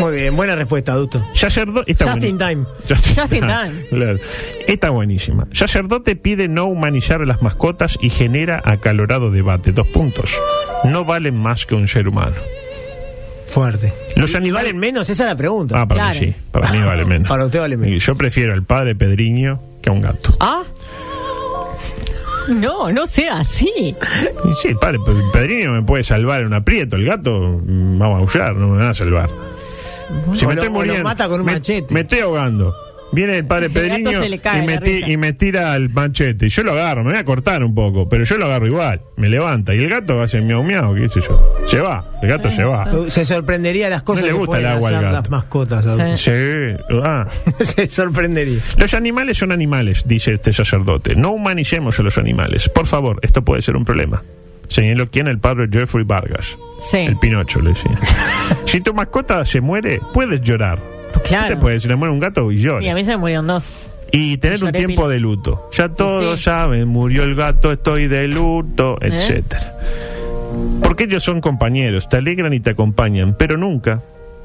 [SPEAKER 9] Muy bien, buena respuesta, adulto.
[SPEAKER 10] Sacerdote. Está
[SPEAKER 9] Just in time.
[SPEAKER 10] Just
[SPEAKER 6] in time.
[SPEAKER 10] Claro. Está buenísima. Sacerdote pide no humanizar a las mascotas y genera acalorado debate. Dos puntos. No valen más que un ser humano.
[SPEAKER 9] Fuerte.
[SPEAKER 10] Los
[SPEAKER 9] ¿Y
[SPEAKER 10] animales.
[SPEAKER 9] valen menos? Esa es la pregunta.
[SPEAKER 10] Ah, para
[SPEAKER 6] Claro.
[SPEAKER 10] mí sí. Para mí vale menos.
[SPEAKER 9] Para usted vale menos.
[SPEAKER 10] Y yo prefiero al padre Pedriño que a un gato.
[SPEAKER 6] Ah. No, no sea así.
[SPEAKER 10] Y Eh, sí, el padre Pe- Pedriño me puede salvar en un aprieto. El gato mm, va a maullar, no me va a salvar. Si
[SPEAKER 9] O
[SPEAKER 10] me
[SPEAKER 9] lo-
[SPEAKER 10] estoy
[SPEAKER 9] o lo
[SPEAKER 10] muriendo,
[SPEAKER 9] mata con un
[SPEAKER 10] me,
[SPEAKER 9] machete.
[SPEAKER 10] me estoy ahogando. Viene el padre
[SPEAKER 6] El gato
[SPEAKER 10] Pedriño
[SPEAKER 6] se le cae
[SPEAKER 10] y me,
[SPEAKER 6] la
[SPEAKER 10] ti-
[SPEAKER 6] risa.
[SPEAKER 10] y me tira el machete. Y yo lo agarro, me voy a cortar un poco, pero yo lo agarro igual. Me levanta. Y el gato hace miau miau, qué sé yo. Se va, el gato se va.
[SPEAKER 9] Se sorprendería las cosas
[SPEAKER 10] No le
[SPEAKER 9] que
[SPEAKER 10] gusta el
[SPEAKER 9] pueden
[SPEAKER 10] agua al
[SPEAKER 9] hacer
[SPEAKER 10] gato.
[SPEAKER 9] las mascotas. adulto.
[SPEAKER 10] Sí, ah.
[SPEAKER 9] Se sorprendería.
[SPEAKER 10] Los animales son animales, dice este sacerdote. No humanicemos a los animales. Por favor, esto puede ser un problema. Señaló quien el padre Jeffrey Vargas.
[SPEAKER 6] Sí.
[SPEAKER 10] El Pinocho le decía. si tu mascota se muere, puedes llorar.
[SPEAKER 6] Pues Claro.
[SPEAKER 10] Te puedes, se le muere un gato y llora.
[SPEAKER 6] Y a mí se me murieron dos.
[SPEAKER 10] Y tener un
[SPEAKER 6] Lloré
[SPEAKER 10] tiempo
[SPEAKER 6] pila.
[SPEAKER 10] de luto. Ya todos
[SPEAKER 6] sí.
[SPEAKER 10] saben, murió el gato, estoy de luto,
[SPEAKER 6] ¿Eh?
[SPEAKER 10] etcétera. Porque ellos son compañeros, te alegran y te acompañan, pero nunca,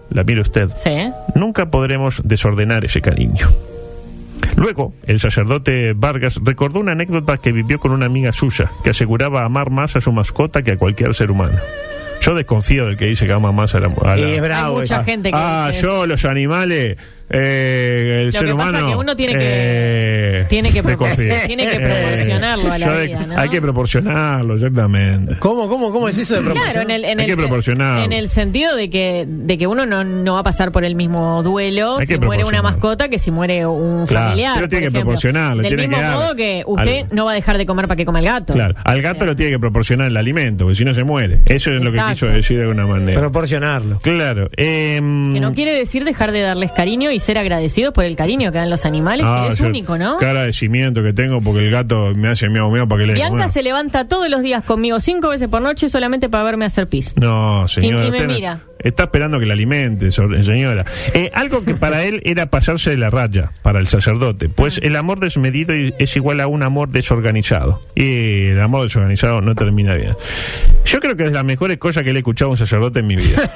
[SPEAKER 10] la mire usted,
[SPEAKER 6] Sí. ¿eh?
[SPEAKER 10] nunca podremos desordenar ese cariño. Luego, el sacerdote Vargas recordó una anécdota que vivió con una amiga suya, que aseguraba amar más a su mascota que a cualquier ser humano. Yo desconfío del que dice que ama más a la... a
[SPEAKER 9] Y
[SPEAKER 10] la-
[SPEAKER 9] es bravo
[SPEAKER 6] Hay mucha
[SPEAKER 9] esa.
[SPEAKER 6] gente que
[SPEAKER 10] ah,
[SPEAKER 6] dice
[SPEAKER 10] yo, los animales, eh, el
[SPEAKER 6] Lo
[SPEAKER 10] ser
[SPEAKER 6] que pasa
[SPEAKER 10] humano.
[SPEAKER 6] que uno tiene que-
[SPEAKER 10] eh,
[SPEAKER 6] tiene que propor-
[SPEAKER 10] desconfía.
[SPEAKER 6] tiene que proporcionarlo a la
[SPEAKER 10] yo de-
[SPEAKER 6] vida, ¿no?
[SPEAKER 10] Hay que proporcionarlo, exactamente.
[SPEAKER 9] ¿Cómo, cómo, cómo es eso de proporción?
[SPEAKER 6] Claro, en el, en
[SPEAKER 10] Hay
[SPEAKER 6] el
[SPEAKER 10] que
[SPEAKER 6] sen-
[SPEAKER 10] proporcionar.
[SPEAKER 6] En el sentido de que, de que uno no, no va a pasar por el mismo duelo
[SPEAKER 10] Hay
[SPEAKER 6] si
[SPEAKER 10] que
[SPEAKER 6] muere una
[SPEAKER 10] proporcionar.
[SPEAKER 6] mascota que si muere un
[SPEAKER 10] Claro,
[SPEAKER 6] familiar. por
[SPEAKER 10] pero tiene que
[SPEAKER 6] ejemplo.
[SPEAKER 10] proporcionarle,
[SPEAKER 6] Del
[SPEAKER 10] tiene que
[SPEAKER 6] mismo
[SPEAKER 10] dar
[SPEAKER 6] modo que usted
[SPEAKER 10] algo.
[SPEAKER 6] no va a dejar de comer para que coma el gato.
[SPEAKER 10] Claro, al gato lo tiene que proporcionar el alimento, porque si no se muere. Eso es lo que
[SPEAKER 6] Exacto.
[SPEAKER 10] quiso decir de alguna manera.
[SPEAKER 9] Proporcionarlo.
[SPEAKER 10] claro. em,
[SPEAKER 6] Que no quiere decir dejar de darles cariño y ser agradecidos por el cariño que dan los animales,
[SPEAKER 10] ah,
[SPEAKER 6] que es
[SPEAKER 10] yo-
[SPEAKER 6] único, ¿no?
[SPEAKER 10] Qué agradecimiento que tengo porque el gato me hace miau miau para que le dé de
[SPEAKER 6] Bianca
[SPEAKER 10] comer.
[SPEAKER 6] se levanta todos los días conmigo cinco veces por noche solamente para verme hacer pis.
[SPEAKER 10] No, señora.
[SPEAKER 6] Y- y me
[SPEAKER 10] usted no-
[SPEAKER 6] mira.
[SPEAKER 10] Está esperando que la alimente, so- señora. Eh, algo que para él era pasarse de la raya, para el sacerdote. Pues
[SPEAKER 6] Ah.
[SPEAKER 10] el amor desmedido i- es igual a un amor desorganizado. Y el amor desorganizado no termina bien. Yo creo que es la mejor cosa que le he escuchado a un sacerdote en mi vida.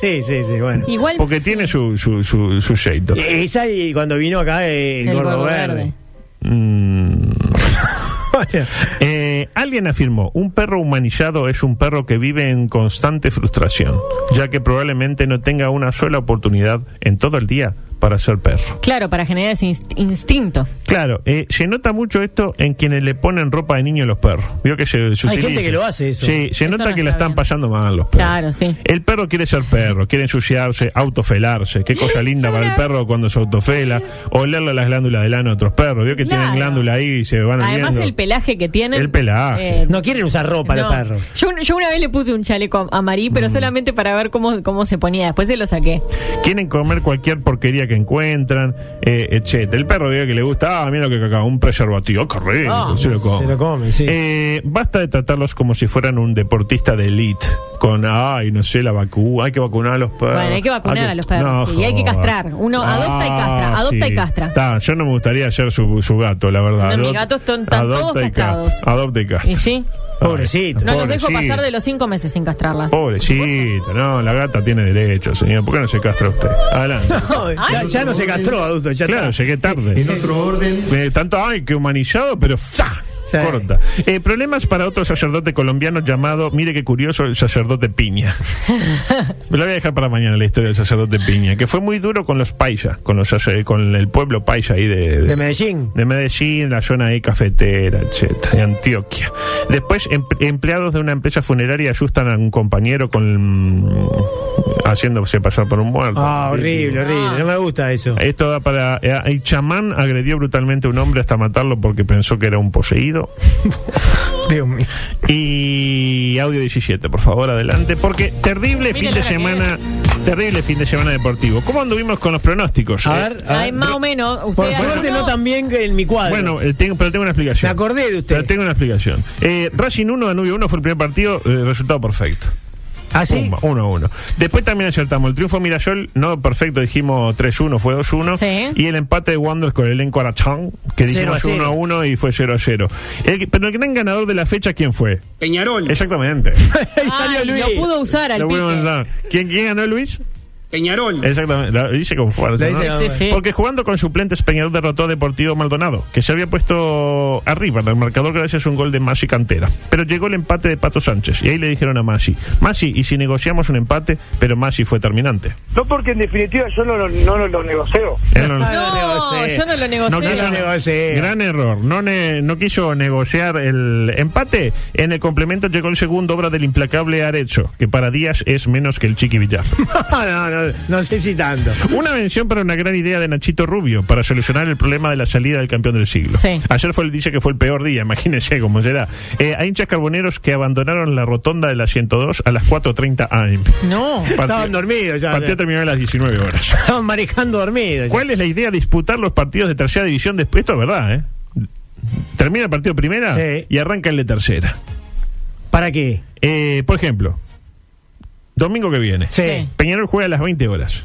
[SPEAKER 9] sí, sí, sí, Eh. bueno.
[SPEAKER 6] Igual
[SPEAKER 10] Porque tiene su, su, su, su jeito.
[SPEAKER 9] Esa y cuando vino acá eh, el,
[SPEAKER 6] El
[SPEAKER 9] gordo
[SPEAKER 6] gordo
[SPEAKER 9] verde.
[SPEAKER 10] Mm.
[SPEAKER 9] Bueno,
[SPEAKER 10] Eh, alguien afirmó, un perro humanizado es un perro que vive en constante frustración, ya que probablemente no tenga una sola oportunidad en todo el día para ser perro.
[SPEAKER 6] claro, para generar ese inst- instinto.
[SPEAKER 10] Claro, eh, se nota mucho esto en quienes le ponen ropa de niño a los perros. Vio que se, se
[SPEAKER 9] Hay
[SPEAKER 10] utiliza.
[SPEAKER 9] gente que lo hace eso.
[SPEAKER 10] Sí, se
[SPEAKER 6] Eso
[SPEAKER 10] nota
[SPEAKER 6] no
[SPEAKER 10] que la
[SPEAKER 6] está
[SPEAKER 10] están
[SPEAKER 6] bien.
[SPEAKER 10] pasando mal los perros.
[SPEAKER 6] Claro, sí.
[SPEAKER 10] El perro quiere ser perro, quiere ensuciarse, autofelarse. Qué cosa linda para el perro cuando se autofela. Olerle las glándulas del ano a otros perros. Vio que tienen
[SPEAKER 6] Claro.
[SPEAKER 10] glándula ahí y se van
[SPEAKER 6] Además
[SPEAKER 10] oliendo.
[SPEAKER 6] el Eh, pelaje que tienen.
[SPEAKER 10] El pelaje.
[SPEAKER 9] no quieren usar ropa
[SPEAKER 6] no.
[SPEAKER 9] los perros.
[SPEAKER 6] Yo, yo una vez le puse un chaleco a Marí, pero solamente para ver cómo, cómo se ponía. Después se lo saqué.
[SPEAKER 10] Quieren comer cualquier porquería que encuentran, eh, etcétera. El perro diga que le gusta, ah, mira lo que acá, un preservativo, ah, qué rico,
[SPEAKER 6] Ah,
[SPEAKER 10] se lo come.
[SPEAKER 9] se lo come, sí.
[SPEAKER 10] Eh, basta de tratarlos como si fueran un deportista de elite, con, ay, no sé, la vacuna, hay que vacunar a los perros.
[SPEAKER 6] Bueno, hay que vacunar a los perros, sí, y hay que
[SPEAKER 10] joder. Ah,
[SPEAKER 6] castrar. Uno adopta y castra, adopta y castra.
[SPEAKER 10] Ta, yo no me gustaría ser su, su gato, la verdad.
[SPEAKER 6] No, mis
[SPEAKER 10] Adop-
[SPEAKER 6] gatos están- están
[SPEAKER 10] adopta
[SPEAKER 6] todos
[SPEAKER 10] y castra,
[SPEAKER 6] castrados.
[SPEAKER 10] Adopta y castra.
[SPEAKER 6] ¿Y sí?
[SPEAKER 9] Pobrecito.
[SPEAKER 6] No los dejo
[SPEAKER 10] Pobrecito.
[SPEAKER 6] pasar de los cinco meses sin castrarla.
[SPEAKER 10] Pobrecita, no, la gata tiene derecho, señor. ¿Por qué no se castra usted? Adelante.
[SPEAKER 9] No, ya, ya no se castró, adulto. Ya
[SPEAKER 10] Claro,
[SPEAKER 9] está.
[SPEAKER 10] llegué tarde. En otro orden. tanto, ay, que humanizado, pero ¡za!
[SPEAKER 9] Sí.
[SPEAKER 10] Corta. Eh, problemas para otro sacerdote colombiano llamado, mire qué curioso, el sacerdote Piña. Me la voy a dejar para mañana la historia del sacerdote Piña, que fue muy duro con los paisas, con los sacer- con el pueblo paisa ahí de,
[SPEAKER 9] De Medellín.
[SPEAKER 10] de Medellín, la zona ahí cafetera, etcétera, de Antioquia. Después, em- empleados de una empresa funeraria asustan a un compañero con mm, haciéndose pasar por un muerto.
[SPEAKER 9] Ah, horrible, horrible. No me gusta eso.
[SPEAKER 10] Esto da para. eh, El chamán agredió brutalmente a un hombre hasta matarlo porque pensó que era un poseído.
[SPEAKER 9] Dios mío.
[SPEAKER 10] Y audio 17, por favor, adelante. Porque terrible fin
[SPEAKER 6] Miren
[SPEAKER 10] de
[SPEAKER 6] la que
[SPEAKER 10] semana. Terrible fin de semana deportivo. ¿Cómo anduvimos con los pronósticos?
[SPEAKER 9] A
[SPEAKER 10] eh?
[SPEAKER 9] ver, a
[SPEAKER 6] Ay,
[SPEAKER 9] ver.
[SPEAKER 6] más o menos. Usted
[SPEAKER 9] Ah, Por suerte no tan bien que en mi cuadro.
[SPEAKER 10] Bueno, eh, tengo- pero tengo una explicación.
[SPEAKER 9] Me acordé de usted.
[SPEAKER 10] Pero tengo una explicación. Eh, Racing 1, Danubio 1 fue el primer partido, eh, resultado perfecto.
[SPEAKER 9] ¿Ah, sí?
[SPEAKER 10] Pumba, 1-1. Después también acertamos el triunfo de Mirayol, no perfecto, dijimos 3-1, fue 2-1.
[SPEAKER 6] Sí.
[SPEAKER 10] Y el empate de Wanderers con el elenco Arachán, que
[SPEAKER 9] Cero a
[SPEAKER 10] dijimos
[SPEAKER 9] cero.
[SPEAKER 10] 1-1 y fue 0-0. El que- pero el gran ganador de la fecha, ¿quién fue?
[SPEAKER 2] Peñarol.
[SPEAKER 10] Exactamente.
[SPEAKER 9] Ahí salió
[SPEAKER 6] Ay,
[SPEAKER 9] Luis.
[SPEAKER 6] lo pudo usar al
[SPEAKER 10] Lo voy a
[SPEAKER 6] pique.
[SPEAKER 10] mandar. ¿Quién, ¿Quién ganó, Luis?
[SPEAKER 2] Peñarol.
[SPEAKER 10] Exactamente, la hice con fuerza.
[SPEAKER 9] La hice
[SPEAKER 10] ¿no?
[SPEAKER 9] con
[SPEAKER 6] Sí, sí.
[SPEAKER 10] Porque jugando con suplentes, Peñarol derrotó a Deportivo Maldonado, que se había puesto arriba en el marcador gracias a un gol de Masi Cantera. Pero llegó el empate de Pato Sánchez, y ahí le dijeron a Masi, Masi, ¿y si negociamos un empate? Pero Masi fue terminante.
[SPEAKER 15] No, porque en definitiva yo no, lo- no lo- lo negocio.
[SPEAKER 10] Él no-
[SPEAKER 6] No, yo no lo negocié.
[SPEAKER 10] no
[SPEAKER 9] no
[SPEAKER 10] quiso-
[SPEAKER 9] lo negocié.
[SPEAKER 10] Gran error. No, ne- no quiso negociar el empate. En el complemento llegó el segundo obra del implacable Arecho, que para Díaz es menos que el Chiqui Villar.
[SPEAKER 9] no, no, no sé si tanto.
[SPEAKER 10] Una mención para una gran idea de Nachito Rubio para solucionar el problema de la salida del campeón del siglo.
[SPEAKER 6] Sí.
[SPEAKER 10] Ayer fue el dice que fue el peor día, imagínense cómo será. Eh, hay hinchas carboneros que abandonaron la rotonda de la 102 a las 4.30 am.
[SPEAKER 6] No.
[SPEAKER 10] Partido-
[SPEAKER 9] Estaban dormidos ya.
[SPEAKER 10] Partido terminó a las 19 horas.
[SPEAKER 9] Estaban manejando dormidos.
[SPEAKER 10] ¿Cuál es la idea? Disputar los partidos de tercera división después. Esto es verdad, ¿eh? Termina el partido de primera
[SPEAKER 9] Sí.
[SPEAKER 10] y arranca el de tercera.
[SPEAKER 9] ¿Para qué?
[SPEAKER 10] Eh, por ejemplo, domingo que viene,
[SPEAKER 9] Sí.
[SPEAKER 6] Sí.
[SPEAKER 10] Peñarol juega a las 20 horas.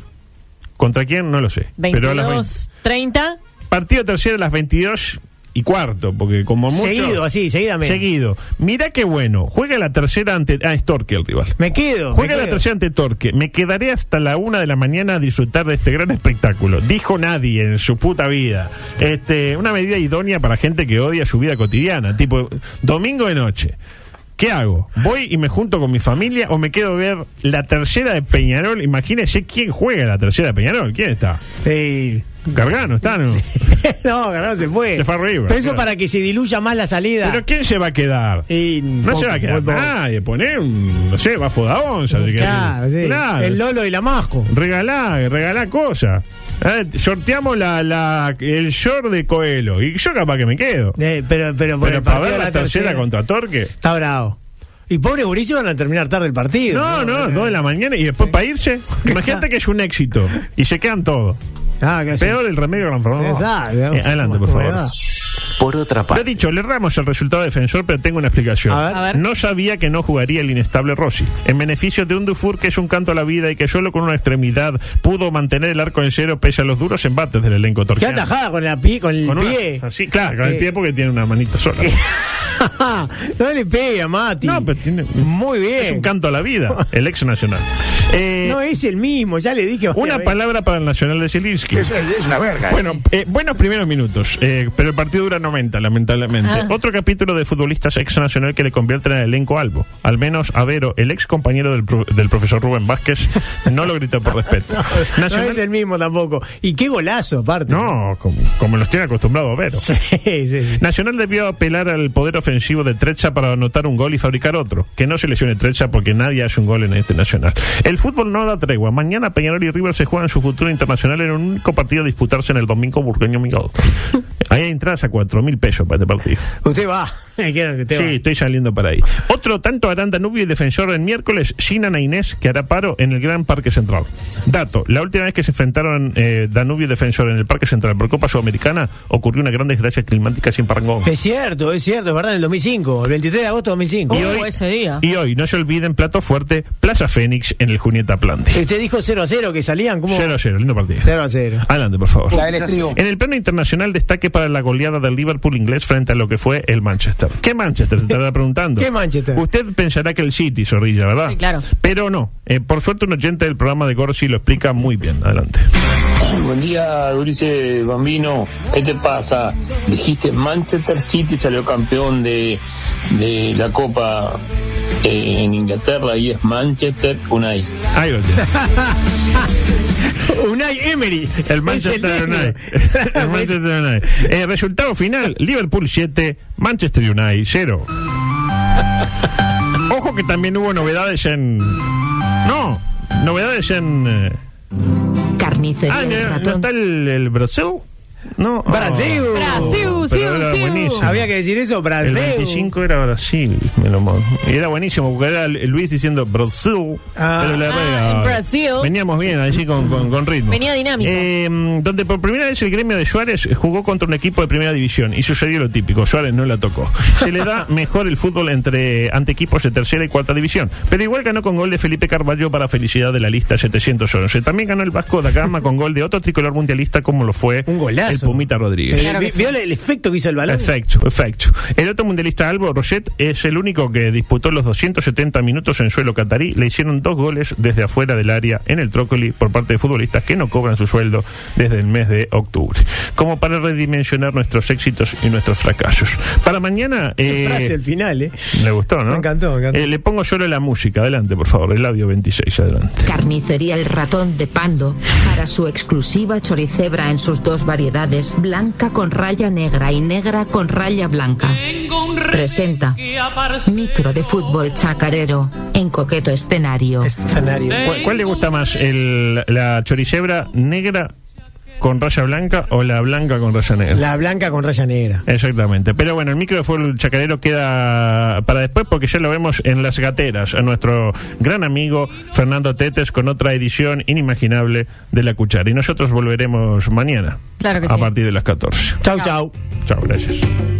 [SPEAKER 10] ¿Contra quién? No lo sé. Pero a las 20.
[SPEAKER 6] 22, 30.
[SPEAKER 10] Partido tercero a las 22 y cuarto, porque como mucho.
[SPEAKER 9] Seguido, así, seguidamente.
[SPEAKER 10] Seguido. Mira qué bueno. Juega la tercera ante. Ah, es Torque el rival.
[SPEAKER 9] Me quedo.
[SPEAKER 10] Juega
[SPEAKER 9] me
[SPEAKER 10] la
[SPEAKER 9] quedo.
[SPEAKER 10] tercera ante Torque. Me quedaré hasta la una de la mañana a disfrutar de este gran espectáculo. Dijo nadie en su puta vida. Este, una medida idónea para gente que odia su vida cotidiana. Tipo, domingo de noche. ¿Qué hago? ¿Voy y me junto con mi familia o me quedo a ver la tercera de Peñarol? Imagínese quién juega la tercera de Peñarol. ¿Quién está?
[SPEAKER 9] Sí.
[SPEAKER 10] Gargano, está, ¿no?
[SPEAKER 9] no, ganó, se fue.
[SPEAKER 10] Se fue arriba,
[SPEAKER 9] Pero eso
[SPEAKER 10] claro.
[SPEAKER 9] para que se diluya más la salida.
[SPEAKER 10] ¿Pero quién se va a quedar?
[SPEAKER 9] Y
[SPEAKER 10] No se
[SPEAKER 9] poco,
[SPEAKER 10] va a quedar
[SPEAKER 9] poco.
[SPEAKER 10] nadie. Poné, un, no sé, va Fodaón.
[SPEAKER 9] Claro, sí. El Lolo y la Masco.
[SPEAKER 10] regalá, regalá cosas. Eh, sorteamos la, la, el short de Coelho. Y yo capaz que me quedo.
[SPEAKER 9] Eh, pero pero, por
[SPEAKER 10] Pero para
[SPEAKER 9] el partido
[SPEAKER 10] ver
[SPEAKER 9] de
[SPEAKER 10] la tercera contra Torque.
[SPEAKER 9] Está bravo. Y pobre Burillo van a terminar tarde el partido.
[SPEAKER 10] No, no, dos de la mañana y después para irse. Imagínate que es un éxito. Y se quedan todos.
[SPEAKER 9] Ah, que sí.
[SPEAKER 10] Peor el remedio que la enfermedad.
[SPEAKER 9] Exacto.
[SPEAKER 10] Eh, adelante, por favor.
[SPEAKER 9] Ah.
[SPEAKER 1] Por otra
[SPEAKER 10] Lo
[SPEAKER 1] parte,
[SPEAKER 10] dicho, le erramos el resultado defensor, pero tengo una explicación.
[SPEAKER 9] A ver. A
[SPEAKER 6] ver.
[SPEAKER 10] No sabía que no jugaría el inestable Rossi, en beneficio de un Dufour que es un canto a la vida y que solo con una extremidad pudo mantener el arco en cero pese a los duros embates del elenco
[SPEAKER 9] Qué
[SPEAKER 10] torqueano.
[SPEAKER 9] atajada con, la pie, con el
[SPEAKER 10] Con una-
[SPEAKER 9] pie.
[SPEAKER 10] así, claro, con
[SPEAKER 9] Eh.
[SPEAKER 10] el pie porque tiene una manita sola.
[SPEAKER 9] no le pega, Mati.
[SPEAKER 10] No, pero tiene-
[SPEAKER 9] Muy bien.
[SPEAKER 10] Es un canto a la vida, el ex nacional. Eh,
[SPEAKER 9] Eh. No es el mismo, ya le dije.
[SPEAKER 10] una
[SPEAKER 9] palabra
[SPEAKER 10] palabra para el nacional de Zielinski.
[SPEAKER 8] una verga.
[SPEAKER 10] Bueno, eh, buenos primeros minutos, eh, pero el partido dura 90, lamentablemente.
[SPEAKER 6] Ah.
[SPEAKER 10] Otro capítulo de futbolistas ex nacional que le convierten en elenco albo. Al menos Avero, el ex compañero del, pro- del profesor Rubén Vázquez, no lo gritó por respeto.
[SPEAKER 9] No es el mismo tampoco. Y qué golazo, aparte.
[SPEAKER 10] No, como, como los tiene acostumbrado Avero.
[SPEAKER 9] Sí, sí, sí.
[SPEAKER 10] Nacional debió apelar al poder ofensivo de Trecha para anotar un gol y fabricar otro. Que no se lesione Trecha porque nadie hace un gol en este Nacional. El fútbol no da tregua. Mañana Peñarol y River se juegan su futuro internacional en un único partido a disputarse en el domingo burgueño Migado. Ahí hay entradas a cuatro mil pesos para este partido.
[SPEAKER 9] Usted va. Me quiero que usted
[SPEAKER 10] Sí, estoy saliendo para ahí. Otro tanto harán Danubio y Defensor en miércoles, Sinan e Inés, que hará paro en el Gran Parque Central. Dato, la última vez que se enfrentaron eh, Danubio y Defensor en el Parque Central por Copa Sudamericana, ocurrió una gran desgracia climática sin parangón.
[SPEAKER 9] va. Es cierto, es cierto, es verdad, en el 2005, el 23 de agosto de 2005.
[SPEAKER 10] Y
[SPEAKER 6] Uh,
[SPEAKER 10] hoy-
[SPEAKER 6] ese día.
[SPEAKER 10] Y hoy, no se olviden, plato fuerte, Plaza Fénix en el Junieta Plante.
[SPEAKER 9] Y Usted dijo 0 a 0 que salían como
[SPEAKER 10] 0 a 0, lindo partido.
[SPEAKER 9] 0 a 0.
[SPEAKER 10] Adelante, por favor.
[SPEAKER 5] La del estribo.
[SPEAKER 10] En el plano internacional, destaque para la goleada del Liverpool inglés frente a lo que fue el Manchester. ¿Qué Manchester? Se estará preguntando.
[SPEAKER 9] ¿Qué Manchester?
[SPEAKER 10] Usted pensará que el City, Zorrilla, ¿verdad?
[SPEAKER 6] Sí, claro.
[SPEAKER 10] Pero no. Eh, por suerte, un oyente del programa de Gorsi lo explica muy bien. Adelante.
[SPEAKER 5] Buen día, Durice Bambino. ¿Qué te pasa? Dijiste Manchester City salió campeón de, de la Copa eh, en Inglaterra y es Manchester Unai.
[SPEAKER 10] Ahí lo tiene.
[SPEAKER 9] Unai Emery.
[SPEAKER 10] El Manchester United. El Manchester United. Eh, resultado final: Liverpool 7, Manchester United 0. Ojo que también hubo novedades en. No, novedades en. eh,
[SPEAKER 14] Carnicería
[SPEAKER 10] Ah,
[SPEAKER 14] del
[SPEAKER 10] ¿no, no
[SPEAKER 14] ratón.
[SPEAKER 10] está el, el Brasil? No.
[SPEAKER 9] Brasil.
[SPEAKER 10] Brasil, Pero sí, era sí. buenísimo.
[SPEAKER 9] Había que decir eso, Brasil.
[SPEAKER 10] Oh. El 25 era Brasil, me lo mon- Y era buenísimo, porque era Luis diciendo Brasil.
[SPEAKER 6] Ah.
[SPEAKER 10] pero la
[SPEAKER 6] Ah,
[SPEAKER 10] pegaba.
[SPEAKER 6] en Brasil.
[SPEAKER 10] Veníamos bien allí con, con- con ritmo.
[SPEAKER 6] Venía dinámico.
[SPEAKER 10] Eh, donde por primera vez el gremio de Suárez jugó contra un equipo de primera división. Y sucedió lo típico, Suárez no la tocó. Se le da mejor el fútbol entre ante equipos de tercera y cuarta división. Pero igual ganó con gol de Felipe Carballo para felicidad de la lista 711. También ganó el Vasco da Gama con gol de otro tricolor mundialista como lo fue el Pumita Rodríguez.
[SPEAKER 9] Eh, vi- ¿Vio el, el efecto que hizo el balón?
[SPEAKER 10] Perfecto, perfecto. El otro mundialista Albo Roset es el único que disputó los 270 minutos en suelo catarí. Le hicieron dos goles desde afuera del área en el Trócoli por parte de futbolistas que no cobran su sueldo desde el mes de octubre. Como para redimensionar nuestros éxitos y nuestros fracasos. Para mañana. eh,
[SPEAKER 9] Frase al final, ¿eh?
[SPEAKER 10] le gustó, ¿no?
[SPEAKER 9] Me encantó, me encantó.
[SPEAKER 10] Eh, le pongo solo la música. Adelante, por favor. El audio 26, adelante.
[SPEAKER 14] Carnicería El Ratón de Pando, para su exclusiva choricebra en sus dos variedades, blanca con raya negra y negra con raya blanca. Presenta Micro de Fútbol Chacarero, en coqueto escenario.
[SPEAKER 10] ¿Cuál, cuál le gusta más? el- ¿La choricebra negra con raya blanca o la blanca con raya negra?
[SPEAKER 9] La blanca con raya negra.
[SPEAKER 10] Exactamente. Pero bueno, el micro de fútbol chacarero queda para después porque ya lo vemos en las gateras a nuestro gran amigo Fernando Tetes con otra edición inimaginable de La Cuchara. Y nosotros volveremos mañana
[SPEAKER 6] Claro que
[SPEAKER 10] a
[SPEAKER 6] sí.
[SPEAKER 10] partir de las 14.
[SPEAKER 9] Chau, chau.
[SPEAKER 10] Chao, gracias.